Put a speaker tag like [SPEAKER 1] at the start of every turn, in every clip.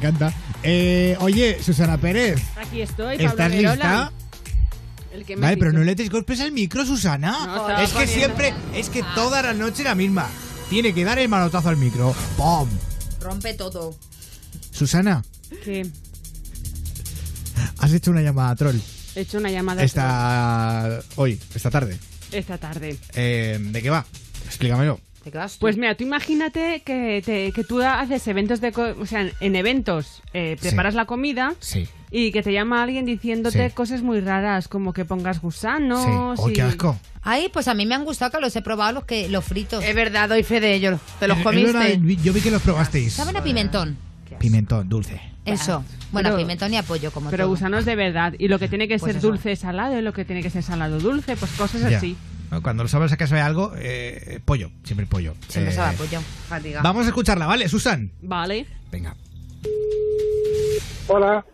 [SPEAKER 1] Me encanta. Eh, oye, Susana Pérez,
[SPEAKER 2] Aquí estoy, Pablo
[SPEAKER 1] ¿estás
[SPEAKER 2] Guerola,
[SPEAKER 1] lista?
[SPEAKER 2] El que me
[SPEAKER 1] Vale,
[SPEAKER 2] ha
[SPEAKER 1] pero
[SPEAKER 2] dicho.
[SPEAKER 1] no le des golpes al micro, Susana.
[SPEAKER 2] No, estaba
[SPEAKER 1] es que
[SPEAKER 2] poniendo-
[SPEAKER 1] siempre, es que todas las noches la misma. Tiene que dar el manotazo al micro. ¡Pum!
[SPEAKER 3] Rompe todo.
[SPEAKER 1] Susana,
[SPEAKER 2] Que
[SPEAKER 1] has hecho una llamada a troll
[SPEAKER 2] he hecho una llamada
[SPEAKER 1] esta hoy, esta tarde.
[SPEAKER 2] esta tarde.
[SPEAKER 1] Eh, ¿De qué va? Explícamelo.
[SPEAKER 3] ¿Te quedas tú?
[SPEAKER 2] Pues mira, tú imagínate que, te- que tú haces eventos de... co- O sea, en eventos eh, preparas la comida
[SPEAKER 1] Sí.
[SPEAKER 2] y que te llama alguien diciéndote
[SPEAKER 1] Sí.
[SPEAKER 2] cosas muy raras, como que pongas
[SPEAKER 1] sí.
[SPEAKER 2] gusanos
[SPEAKER 1] ¡Oh,
[SPEAKER 2] y-
[SPEAKER 1] qué asco!
[SPEAKER 3] Ay, pues a mí me han gustado que los he probado los que los fritos.
[SPEAKER 4] Es verdad, doy fe de ellos. Te los
[SPEAKER 1] Eh,
[SPEAKER 4] comiste.
[SPEAKER 1] Elena, yo vi que los probasteis.
[SPEAKER 3] Saben a pimentón.
[SPEAKER 1] Pimentón, dulce.
[SPEAKER 3] Eso. Bueno,
[SPEAKER 2] Pero-
[SPEAKER 3] pimentón y apoyo como
[SPEAKER 2] Pero
[SPEAKER 3] todo.
[SPEAKER 2] gusanos de verdad. Y lo que tiene que
[SPEAKER 3] Pues
[SPEAKER 2] ser
[SPEAKER 3] eso.
[SPEAKER 2] dulce es salado y lo que tiene que ser salado dulce, pues cosas
[SPEAKER 1] Ya.
[SPEAKER 2] así.
[SPEAKER 1] No, Cuando lo sabes a que sabe algo, eh, pollo. Siempre pollo.
[SPEAKER 3] Siempre
[SPEAKER 1] Eh,
[SPEAKER 3] sabe apoyo.
[SPEAKER 4] Fatiga.
[SPEAKER 1] Vamos a escucharla, ¿vale, Susan?
[SPEAKER 2] Vale.
[SPEAKER 1] Venga.
[SPEAKER 5] Hola,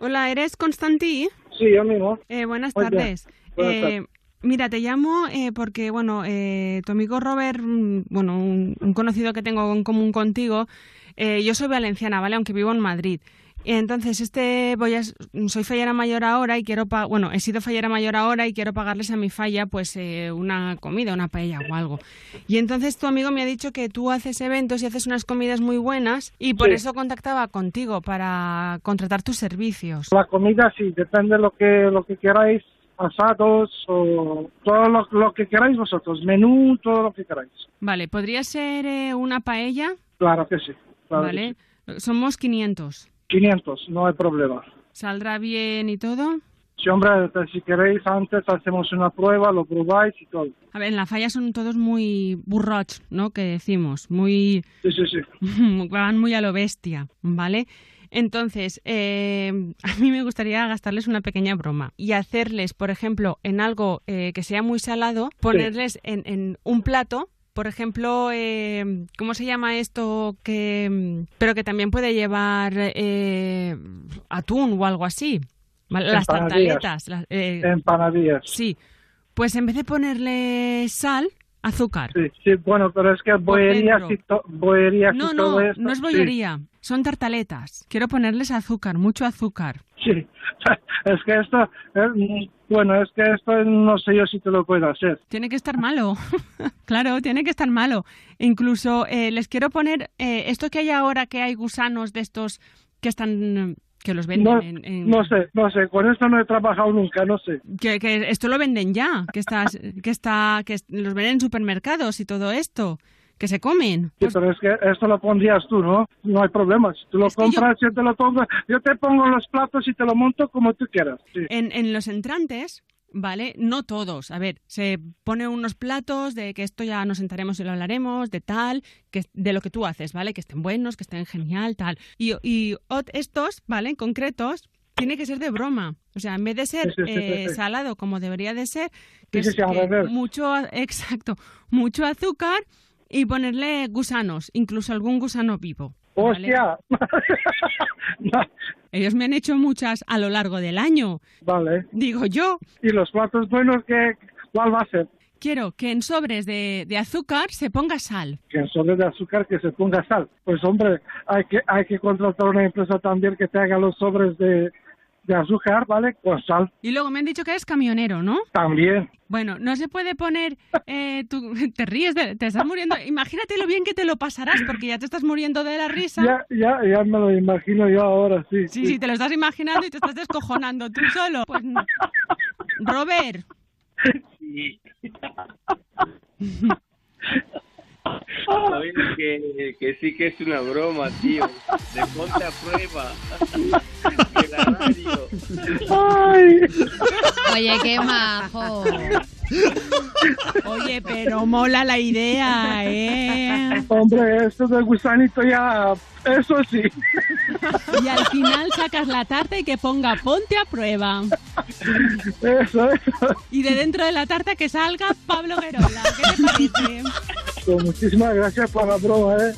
[SPEAKER 2] Hola, ¿eres Constantí?
[SPEAKER 5] sí, yo mismo.
[SPEAKER 2] Eh, buenas
[SPEAKER 5] Hola.
[SPEAKER 2] tardes.
[SPEAKER 5] Buenas
[SPEAKER 2] Eh,
[SPEAKER 5] tardes.
[SPEAKER 2] Mira, te llamo eh, porque, bueno, eh, tu amigo Robert, mm, bueno, un, un conocido que tengo en común contigo, eh, yo soy valenciana, ¿vale? Aunque vivo en Madrid. Entonces, este voy a, s- soy fallera mayor ahora y quiero pa- bueno, he sido fallera mayor ahora y quiero pagarles a mi falla pues eh, una comida, una paella o algo. Y entonces tu amigo me ha dicho que tú haces eventos y haces unas comidas muy buenas y por
[SPEAKER 5] Sí.
[SPEAKER 2] eso contactaba contigo para contratar tus servicios.
[SPEAKER 5] La comida, sí, depende lo que lo que queráis, asados o todo lo, lo que queráis vosotros, menú, todo lo que queráis.
[SPEAKER 2] Vale, podría ser eh, una paella,
[SPEAKER 5] Claro que sí. claro que
[SPEAKER 2] ¿vale?
[SPEAKER 5] sí.
[SPEAKER 2] Somos 500.
[SPEAKER 5] 500, no hay problema.
[SPEAKER 2] ¿Saldrá bien y todo?
[SPEAKER 5] Sí, hombre, si queréis antes hacemos una prueba, lo probáis y todo.
[SPEAKER 2] A ver, en la falla son todos muy burroch, ¿no? Que decimos, muy...
[SPEAKER 5] Sí, sí, sí.
[SPEAKER 2] van muy a lo bestia, ¿vale? Entonces, eh, a mí me gustaría gastarles una pequeña broma y hacerles, por ejemplo, en algo eh, que sea muy salado, ponerles en, en un plato, por ejemplo, eh, ¿cómo se llama esto? que mm, Pero que también puede llevar eh, atún o algo así. ¿vale? Las
[SPEAKER 5] Empanadillas.
[SPEAKER 2] tartaletas. las- eh,
[SPEAKER 5] Em. Empanadillas.
[SPEAKER 2] sí. Pues en vez de ponerle sal, azúcar.
[SPEAKER 5] Sí, sí, bueno, pero es que boherías y,
[SPEAKER 2] dentro.
[SPEAKER 5] to- boherías
[SPEAKER 2] No,
[SPEAKER 5] y
[SPEAKER 2] no,
[SPEAKER 5] todo esto.
[SPEAKER 2] no es
[SPEAKER 5] sí,
[SPEAKER 2] bollería. Son tartaletas. Quiero ponerles azúcar, mucho azúcar.
[SPEAKER 5] Sí, es que esto, eh, bueno, es que esto no sé yo si te lo puedo hacer.
[SPEAKER 2] Tiene que estar malo. claro, tiene que estar malo. Incluso eh, les quiero poner eh, esto que hay ahora, que hay gusanos de estos que están que los venden
[SPEAKER 5] No,
[SPEAKER 2] en, en-
[SPEAKER 5] no sé, no sé, con esto no he trabajado nunca, no sé.
[SPEAKER 2] que, que esto lo venden ya, que estás, que está, que es- los venden en supermercados y todo esto, que se comen.
[SPEAKER 5] Sí, pero es que esto lo pondrías tú, ¿no? No hay problema. Si tú lo
[SPEAKER 2] Es que
[SPEAKER 5] compras, yo... te lo pongo, yo te pongo los platos y te lo monto como tú quieras. Sí.
[SPEAKER 2] en, en los entrantes, ¿vale? No todos. A ver, se ponen unos platos de que esto ya nos sentaremos y lo hablaremos, de tal, que de lo que tú haces, ¿vale? Que estén buenos, que estén genial, tal. Y, y ot- estos, ¿vale? En concretos, tiene que ser de broma. O sea, en vez de ser
[SPEAKER 5] Sí, sí, sí, sí,
[SPEAKER 2] eh,
[SPEAKER 5] sí.
[SPEAKER 2] salado como debería de ser, que
[SPEAKER 5] Sí, sí,
[SPEAKER 2] es
[SPEAKER 5] sí, al
[SPEAKER 2] que
[SPEAKER 5] revés.
[SPEAKER 2] mucho, a- exacto, mucho azúcar y ponerle gusanos, incluso algún gusano vivo. ¿vale?
[SPEAKER 5] ¡Hostia! vale.
[SPEAKER 2] Ellos me han hecho muchas a lo largo del año, digo yo.
[SPEAKER 5] ¿Y los platos buenos qué, cuál va a ser?
[SPEAKER 2] Quiero que en sobres de, de azúcar se ponga sal.
[SPEAKER 5] Que en sobre de azúcar que se ponga sal. Pues hombre, hay que, hay que contratar una empresa también que te haga los sobres de, de azúcar, ¿vale? Con sal
[SPEAKER 2] Y luego me han dicho que eres camionero, ¿no?
[SPEAKER 5] también.
[SPEAKER 2] Bueno, no se puede poner... eh, tú- te ríes, de- te estás muriendo. Imagínate lo bien que te lo pasarás porque ya te estás muriendo de la risa.
[SPEAKER 5] Ya, ya, ya me lo imagino yo ahora, sí.
[SPEAKER 2] Sí, sí, te lo estás imaginando y te estás descojonando tú solo. Pues no. Robert.
[SPEAKER 6] Oye, que, que sí que es una broma, tío. De ponte a prueba. De la radio.
[SPEAKER 5] ¡Ay!
[SPEAKER 3] Oye, qué majo.
[SPEAKER 2] Oye, pero mola la idea, ¿eh?
[SPEAKER 5] Hombre, esto del gusanito ya, eso sí.
[SPEAKER 2] Y al final sacas la tarta y que ponga ponte a prueba.
[SPEAKER 5] Eso, eso.
[SPEAKER 2] Y de dentro de la tarta que salga Pablo Guerola. ¿Qué te parece?
[SPEAKER 5] Pues muchísimas gracias por la broma, ¿eh?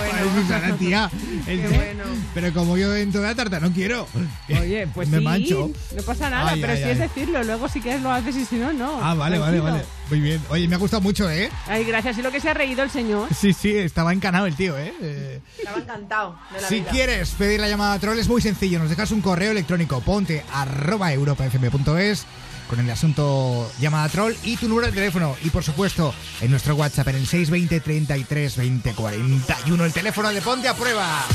[SPEAKER 1] Ay, Susana, tía. Es que- Pero como yo dentro de la tarta no quiero.
[SPEAKER 2] Oye, pues
[SPEAKER 1] Me
[SPEAKER 2] sí,
[SPEAKER 1] mancho.
[SPEAKER 2] no pasa nada,
[SPEAKER 1] Ay,
[SPEAKER 2] pero
[SPEAKER 1] ay,
[SPEAKER 2] si
[SPEAKER 1] ay.
[SPEAKER 2] es decirlo, luego si quieres lo haces y si no, no.
[SPEAKER 1] Ah, vale, vale,
[SPEAKER 2] Tranquilo.
[SPEAKER 1] vale. Muy bien. Oye, me ha gustado mucho, ¿eh?
[SPEAKER 2] Ay, gracias. Y lo que se ha reído el señor.
[SPEAKER 1] Sí, sí, estaba encanado el tío, ¿eh? Eh,
[SPEAKER 4] Estaba encantado de la
[SPEAKER 1] Si
[SPEAKER 4] vida.
[SPEAKER 1] quieres pedir la llamada troll es muy sencillo. Nos dejas un correo electrónico. Ponte arroba europafm.es con el asunto llamada troll y tu número de teléfono. Y por supuesto, en nuestro WhatsApp en el 620 33 20 41, el teléfono de Ponte a Prueba.